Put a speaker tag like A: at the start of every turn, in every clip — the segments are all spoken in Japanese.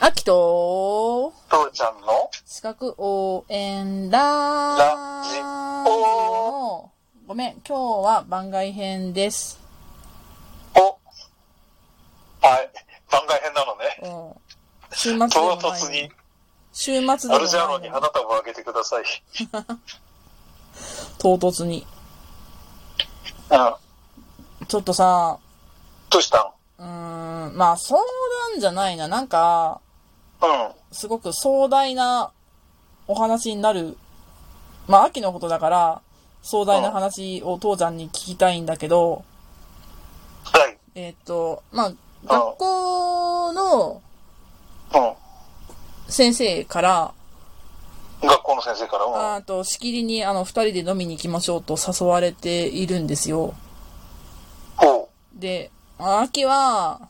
A: あきと、
B: 父ちゃんの
A: 資格応援ラジオ。ごめん、今日は番外編です。
B: おはい。番外編なのね。
A: うん週末でも
B: 唐
A: ない
B: 突に、
A: 週末でも
B: アルジャー
A: な
B: ノ
A: い
B: に花束をあげてください。
A: 唐突に。
B: うん。
A: ちょっとさ、
B: どうした
A: うーん、まあ相談じゃないな。なんか、
B: んうん。
A: すごく壮大なお話になる。まあ秋のことだから、壮大な話を父ちゃんに聞きたいんだけど、
B: はい。
A: えーっと、まあ、学校の
B: う
A: 先生から、
B: ん。学校の先生から、うん。
A: あーと、しきりに、あの、二人で飲みに行きましょうと誘われているんですよ。
B: おう。
A: で、あ秋は、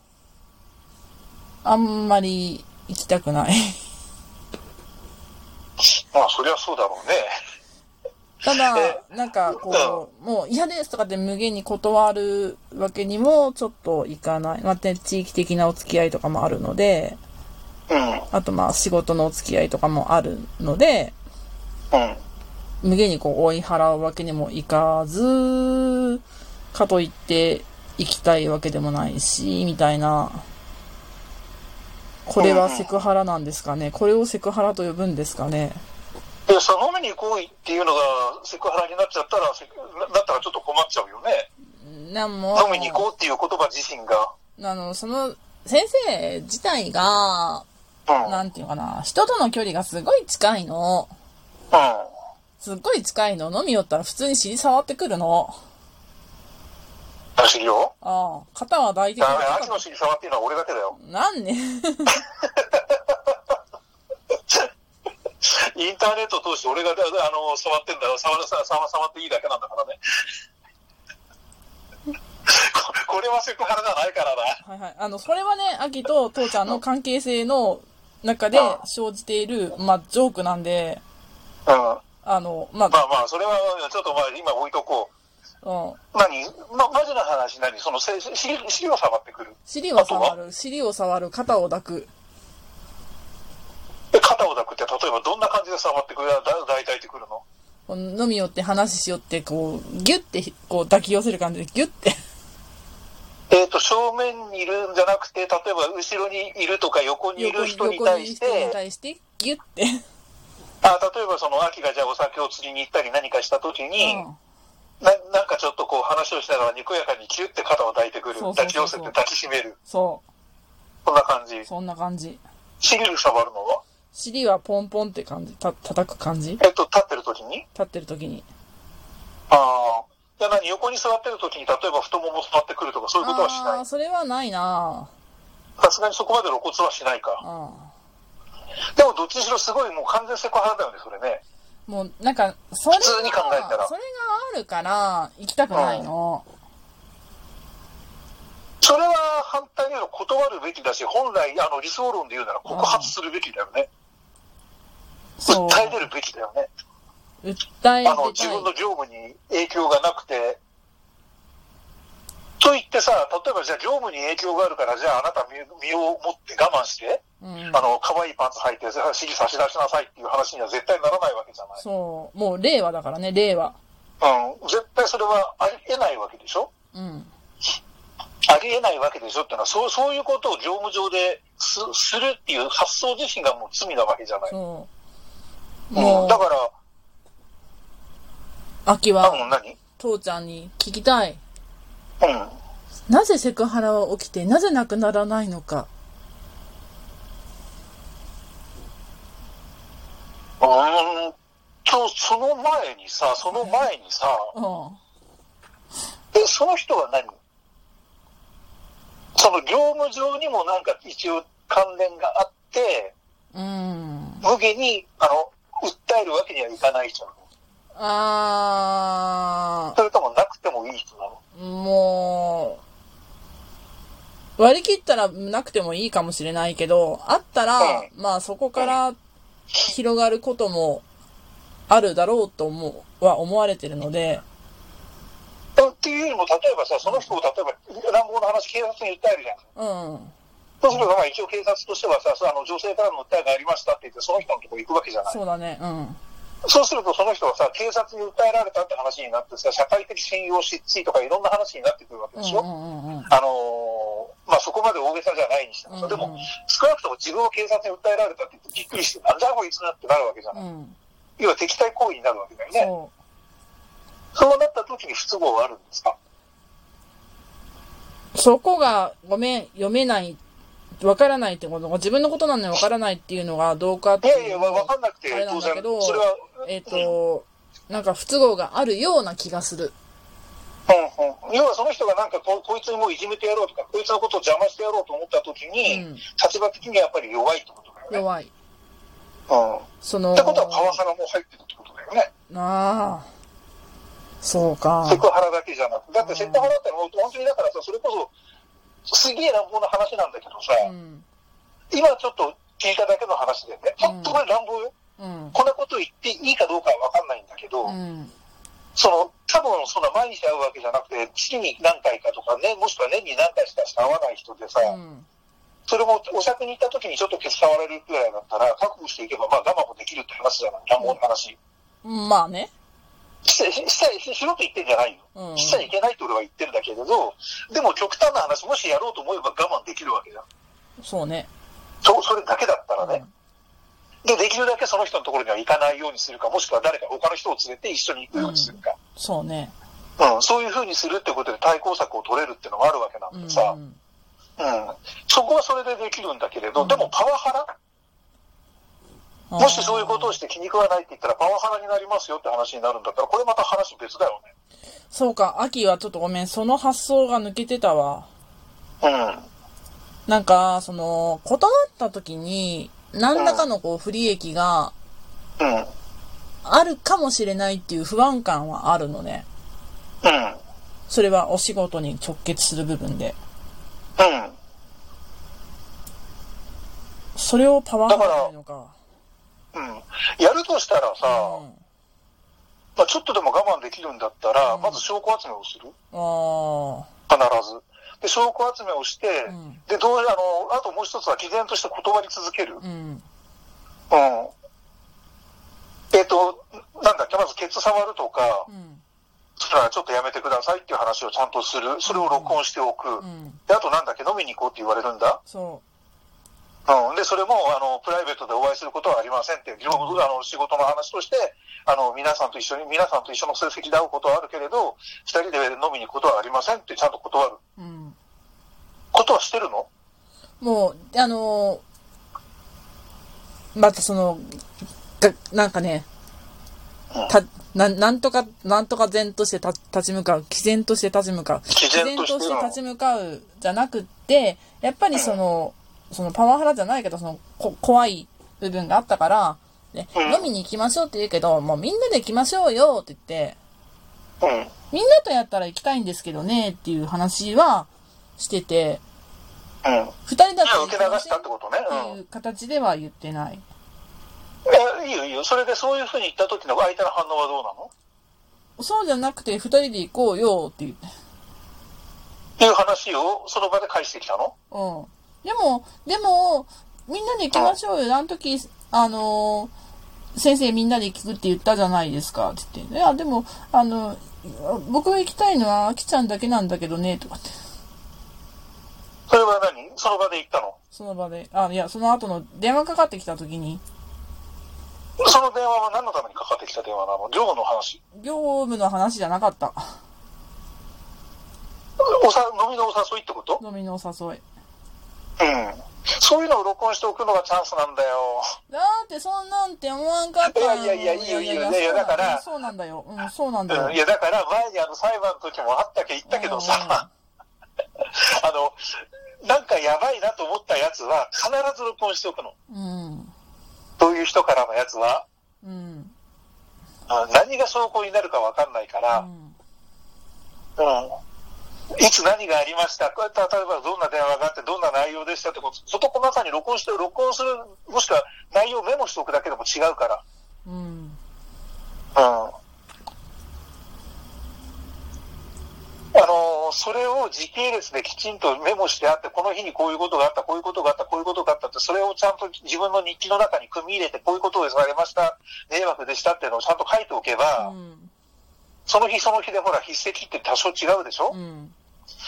A: あんまり行きたく ない。
B: まあ、そりゃそうだろうね。
A: ただ、なんか、こう、もう嫌ですとかで無限に断るわけにも、ちょっといかない。まあ、で地域的なお付き合いとかもあるので、
B: うん。
A: あと、まあ、仕事のお付き合いとかもあるので、
B: うん。
A: 無限にこう追い払うわけにもいかず、かといって行きたいわけでもないし、みたいな。これはセクハラなんですかねこれをセクハラと呼ぶんですかね
B: で、その飲みに行こうっていうのがセクハラになっちゃったら、セクななったらちょっと困っちゃうよね。
A: なんも、
B: 飲みに行こうっていう言葉自身が。
A: あの、その、先生自体が、
B: うん。うん。
A: なんていうのかな、人との距離がすごい近いの。すっごい近いの。飲み寄ったら普通に尻触ってくるの。
B: らしいよ。
A: ああ、肩は抱いてく
B: だ
A: る
B: か。ら、秋の尻触っていうのは俺だけだよ。
A: なんね。
B: インターネットを通して俺があの触ってんだ触らさ触触っていいだけなんだからね ここれはセクハラじゃないからな
A: はいはい。あの、それはね、秋と父ちゃんの関係性の中で生じている、まあ、ジョークなんで、
B: うん
A: あの、ま
B: まあまあそれはちょっとまあ今置いとこう
A: あ、うん。
B: 何まマジな話何そのせし尻を触ってくる
A: 尻を
B: あ
A: 触
B: と
A: る、尻を触る、肩を抱く。
B: で肩を抱くって例えばどんな感じで触ってくるだ抱いたいてくるの
A: こう飲み寄って話しよって、こう、ギュって、こう抱き寄せる感じで、ギュって。
B: えっ、と正面にいるんじゃなくて例えば後ろにいるとか横にいる人に対して
A: 横にいる人に対して、ギュって。
B: あ例えばその秋がじゃあお酒を釣りに行ったり何かした時に、
A: う
B: ななんかちょっとこう話をしながらにこやかにキュッて肩を抱いてくる
A: そうそう
B: 抱き
A: そう
B: 寄
A: そ
B: せ
A: う
B: て抱きしめる
A: ん。そ
B: そんな感じ
A: う。そんな感じ。
B: シリル触るのは
A: 尻はポンポンって感じ。た、叩く感じ
B: えっと立ってる時に
A: 立ってる時に。
B: ああじゃあ何横に座ってる時に例えば太もも触ってくるとかそういうことはし
A: あ
B: な
A: あー、
B: い
A: それはないな
B: さすがにそこまで露骨はしないか
A: うん。
B: でもどっちにしろすごいもう完全セクハラだよねそれね
A: もう、なんか、それが、
B: 普通に考えたら
A: それがあるから、行きたくないの。
B: それは反対に言うの断るべきだし本来あの理想論で言うなら告発するべきだよね
A: そう。
B: 訴え出るべきだよね
A: 訴え
B: あの、
A: て
B: 自
A: たい
B: 分の。業務に影響がなくて、と言ってさ、例えばじゃあ業務に影響があるから、じゃああなた身身を持って我慢して、
A: うん
B: あ。の、可愛いパンツ履いて、尻差し出しなさいっていう話には絶対ならないわけじゃ
A: そう。もう、令和だからね、令和。
B: ない。うん。絶対それはありえないわけでしょ
A: うん。
B: ありえないわけでしょっていうのは、そう、そういうことを業務上です、するっていう発想自身がもう罪なわけじゃない。
A: そう。
B: う
A: も
B: ん。
A: う
B: だ、から、
A: 秋
B: あの、
A: は、
B: 何
A: 父ちゃんに聞きたい。
B: うん。
A: なぜセクハラは起きて、なぜなくならないのか。
B: うーんと、その前にさ、その前にさ、
A: うん。
B: え、その人は何その業務上にもなんか一応関連があって、
A: うん。
B: 無下に、あの、訴えるわけにはいかない人なの
A: あ
B: それともなくてもいい人なの
A: ー、もう、割り切ったらなくてもいいかもしれないけど、あったら、まあそこから広がることもあるだろうと思う、は思われてるので、
B: だっていうよりも、例えばさ、その人を例えば、乱暴な話警察に訴えるじゃん。
A: うん。
B: そうすると、まあ一応警察としてはさ、そうあの女性からの訴えがありましたって言って、その人のところ行くわけじゃない。
A: そうだね。うん。
B: そうすると、その人はさ、警察に訴えられたって話になってさ、社会的信用失墜とかいろんな話になってくるわけでしょ。
A: うんうんうんうん。
B: あのーまあ、そこまで大げさじゃないにしてもさ、で
A: うんう
B: も
A: ん、
B: 少なくとも自分を警察に訴えられたって言ってびっくりして、なんだこいつなってなるわけじゃない。
A: うん。
B: 要は敵対行為になるわけだよね。
A: そ
B: そうなった時に不都合はあるんですか
A: う。そこが、ごめん、読めない、わからないってこと、自分のことなのにわからないっていうのがどうかって
B: い
A: いう。
B: やいや、わわかんなくて
A: あれ、な
B: 当
A: ん
B: 然
A: だけど、
B: それは、
A: えっ、と、なんか不都合があるような気がする。
B: うんうん、要はその人がなんかこ、こいつにもういじめてやろうとか、こいつのことを邪魔してやろうと思った時に、
A: うん
B: 立場的にやっぱり弱いってことだよね。
A: 弱い。
B: うん。っ
A: その、
B: てことはパワハラも入ってるってことだよね。
A: なあ。そうか
B: セ。クハラだけじゃなくだってセクハラってのは本当にだからさ、それこそ、すげえ乱暴な話なんだけどさ、
A: うん。
B: 今ちょっと聞いただけの話でね、本当これ乱暴よ。
A: うん。
B: こんなこと言っていいかどうかはわかんないんだけど、
A: うん。
B: その、多分そんな毎日会うわけじゃなくて、月に何回かとかね、もしくは年に何回しか会わない人でさ、
A: うん。
B: それもお酌に行った時にちょっと消し触られるくらいだったら、覚悟していけば、まあ我慢もできるって話じゃない、乱暴な話。
A: うんまあね。
B: して、して、ししろと言ってんじゃないよ。
A: うん。
B: しちゃいけないと俺は言ってるんだけれど、でも極端な話、もしやろうと思えば我慢できるわけだ。
A: そうね。
B: そそれだけだったら
A: う
B: ね
A: ん。
B: で、できるだけその人のところには行かないようにするか、もしくは誰か他の人を連れて一緒に行くようにするか。
A: そうね。
B: うん、そういうふうにするってことで対抗策を取れるってのもあるわけなん
A: う
B: で
A: ん。
B: さ、うん、そこはそれでできるんだけれど、でもパワハラもしそういうことを
A: し
B: して気に食わないって言ったらパワハラになりますよって話になるんだったら、これまた話別だよね。
A: そうか、秋はちょっとごめん、その発想が抜けてたわ。
B: うん。
A: なんか、その、断った時に、何らかのこう、不利益が
B: うん。うん。
A: あるかもしれないっていう不安感はあるのね。それはお仕事に直結する部分で。
B: うん。
A: それをパワーハラというのか。
B: うん。やるとしたらさ、
A: うん
B: まあ、ちょっとでも我慢できるんだったら、まず証拠集めをする。
A: あ
B: 必ず。で、証拠集めをして、
A: ん
B: で、どう、あの、あともう一つは毅然として断り続ける。うん
A: あ、。うん、
B: えっ、と、なんだっけ、まずケツ触るとか
A: う、ん、
B: そしたらちょっとやめてくださいっていう話をちゃんとする。それを録音しておく。
A: うん、
B: で、あとなんだっけ、飲みに行こうって言われるんだ。
A: そ
B: うん。で、それも、あの、プライベートでお会いすることはありませんって、自分のあの仕事の話として、あの、皆さんと一緒に、皆さんと一緒の成績で会うことはあるけれど、二人で飲みに行くことはありませんってちゃんと断る
A: う。うん。
B: ことはしてるの
A: もう、あのーまたその、がなんかね、た、な、なんとか、なんとか然としてた立ち向かう。毅然として立ち向かう。
B: 毅然として
A: 毅立ち向かうじゃなくって、やっぱりその、そのパワハラじゃないけど、その、こ、怖い部分があったから、ね、
B: うん
A: 飲みに行きましょうって言うけど、もうみんなで行きましょうよって言って、
B: うん。
A: みんなとやったら行きたいんですけどねっていう話はしてて、
B: うん。
A: 二人だ
B: じゃあ
A: と
B: 受け流したってことね。
A: っていう形では言ってない。
B: うん。え、いいよいいよ。それでそういうふうに言った時の相手の反応はどうなの
A: そうじゃなくて二人で行こうよって言って。
B: いう話をその場で返してきたの
A: うん。でも、でも、みんなで行きましょうよ。あの時、あのー先生みんなで聞くって言ったじゃないですかって言って。いや、でも、あの、僕が行きたいのはあきちゃんだけなんだけどね、とかって。
B: それは何その場で言ったの
A: その場で。あ、いや、その後の電話かかってきた時に、
B: その電話は何のためにかかってきた電話なの情報の話。
A: 業務の話じゃなかった。
B: おさ、飲みのお誘いってこと
A: 飲みのお誘い。
B: うん。そういうのを録音しておくのがチャンスなんだよ。
A: だってそんなんて思わんかったの
B: いやいやいやいいよいいよいやだから
A: そうなんだよ。うん、そうなんだよ。
B: うん、いや、だから前にあの裁判の時もあったけ、言ったけど さ、あの、なんかやばいなと思ったやつは必ず録音しておくの。
A: うん。
B: そういう人からのやつは。
A: うん。
B: あ何が証拠になるかわかんないか
A: う
B: ら、
A: ん。
B: うん。いつ何がありました、こうやって例えばどんな電話があって、どんな内容でしたってこと、外細かに録音して、録音する、もしくは内容をメモしておくだけでも違うから。
A: うん。
B: うんあのーそれを時系列できちんとメモしてあって、この日にこういうことがあった、こういうことがあった、こういうことがあったって、それをちゃんと自分の日記の中に組み入れて、こういうことをされました、迷惑でしたっていうのをちゃんと書いておけば、
A: うん。
B: その日その日でほら、筆跡って多少違うでしょ、
A: うん。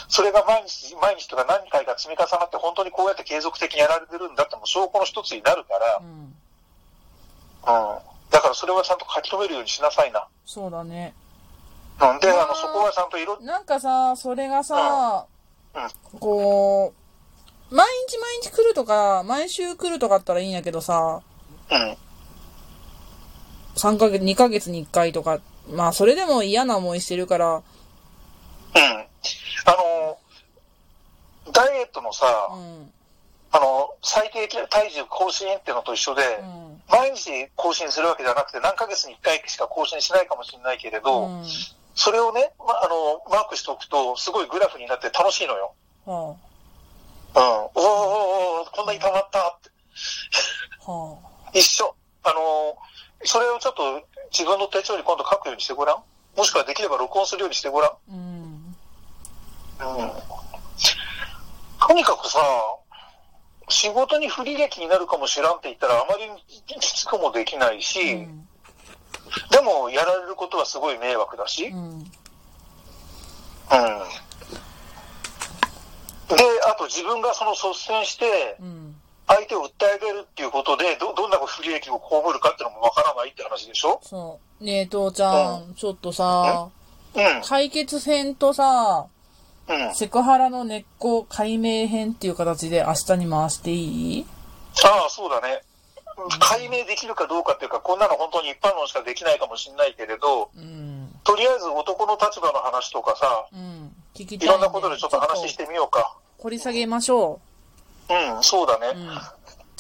B: それが毎日、毎日とか何回か積み重なって、本当にこうやって継続的にやられてるんだって、もう証拠の一つになるか
A: うん。
B: ら、うん。だからそれはちゃんと書き留めるようにしなさいな。
A: そうだね。
B: うん。で、あ
A: う
B: の、
A: ん
B: そこはちゃんといろ、
A: なんかさ、それがさ
B: うん、
A: こう、毎日毎日来るとか、毎週来るとかあったらいいんやけどさ、
B: うん。
A: 3ヶ月、2ヶ月に1回とか、まあそれでも嫌な思いしてるから、
B: うん。あの、ダイエットのさ、
A: うん。うん。
B: あの、最低体重更新っていうのと一緒で、毎日更新するわけじゃなくて、何ヶ月に1回しか更新しないかもしれないけれど、
A: うん。
B: それをね、ま、あの、マークしておくと、すごいグラフになって楽しいのよ。
A: は
B: うん。おーおーおーこんなに溜まったって。
A: あ、は
B: 一緒。あの、それをちょっと自分の手帳に今度書くようにしてごらん。もしくはできれば録音するようにしてごらん。
A: あ、うん。
B: うんとにかくさ、仕事に不利益になるかもしらんって言ったらあまりきつくもできないし、
A: うん。
B: でもやられることはすごい迷惑だし、うん。
A: うん。
B: で、あと自分がその率先して
A: うん。
B: 相手を訴え出るっていうことで、ど、どんな不利益を被るかっていうのもわからないって話でしょ
A: そう。ねえ、父ちゃん、ちょっとさ、
B: うん、うん、
A: 解決編とさ、セクハラの根っこ解明編っていう形で明日に回していい
B: ああ、そうだね。解明できるかどうかっていうか、こんなの本当に一般論しかできないかもしれないけれど、
A: うん。
B: とりあえず男の立場の話とかさ、
A: うん。聞きたい、
B: いろんなことでちょっと話してみようか。
A: 掘り下げましょ
B: うん、そうだ
A: う。う
B: ね。
A: ん。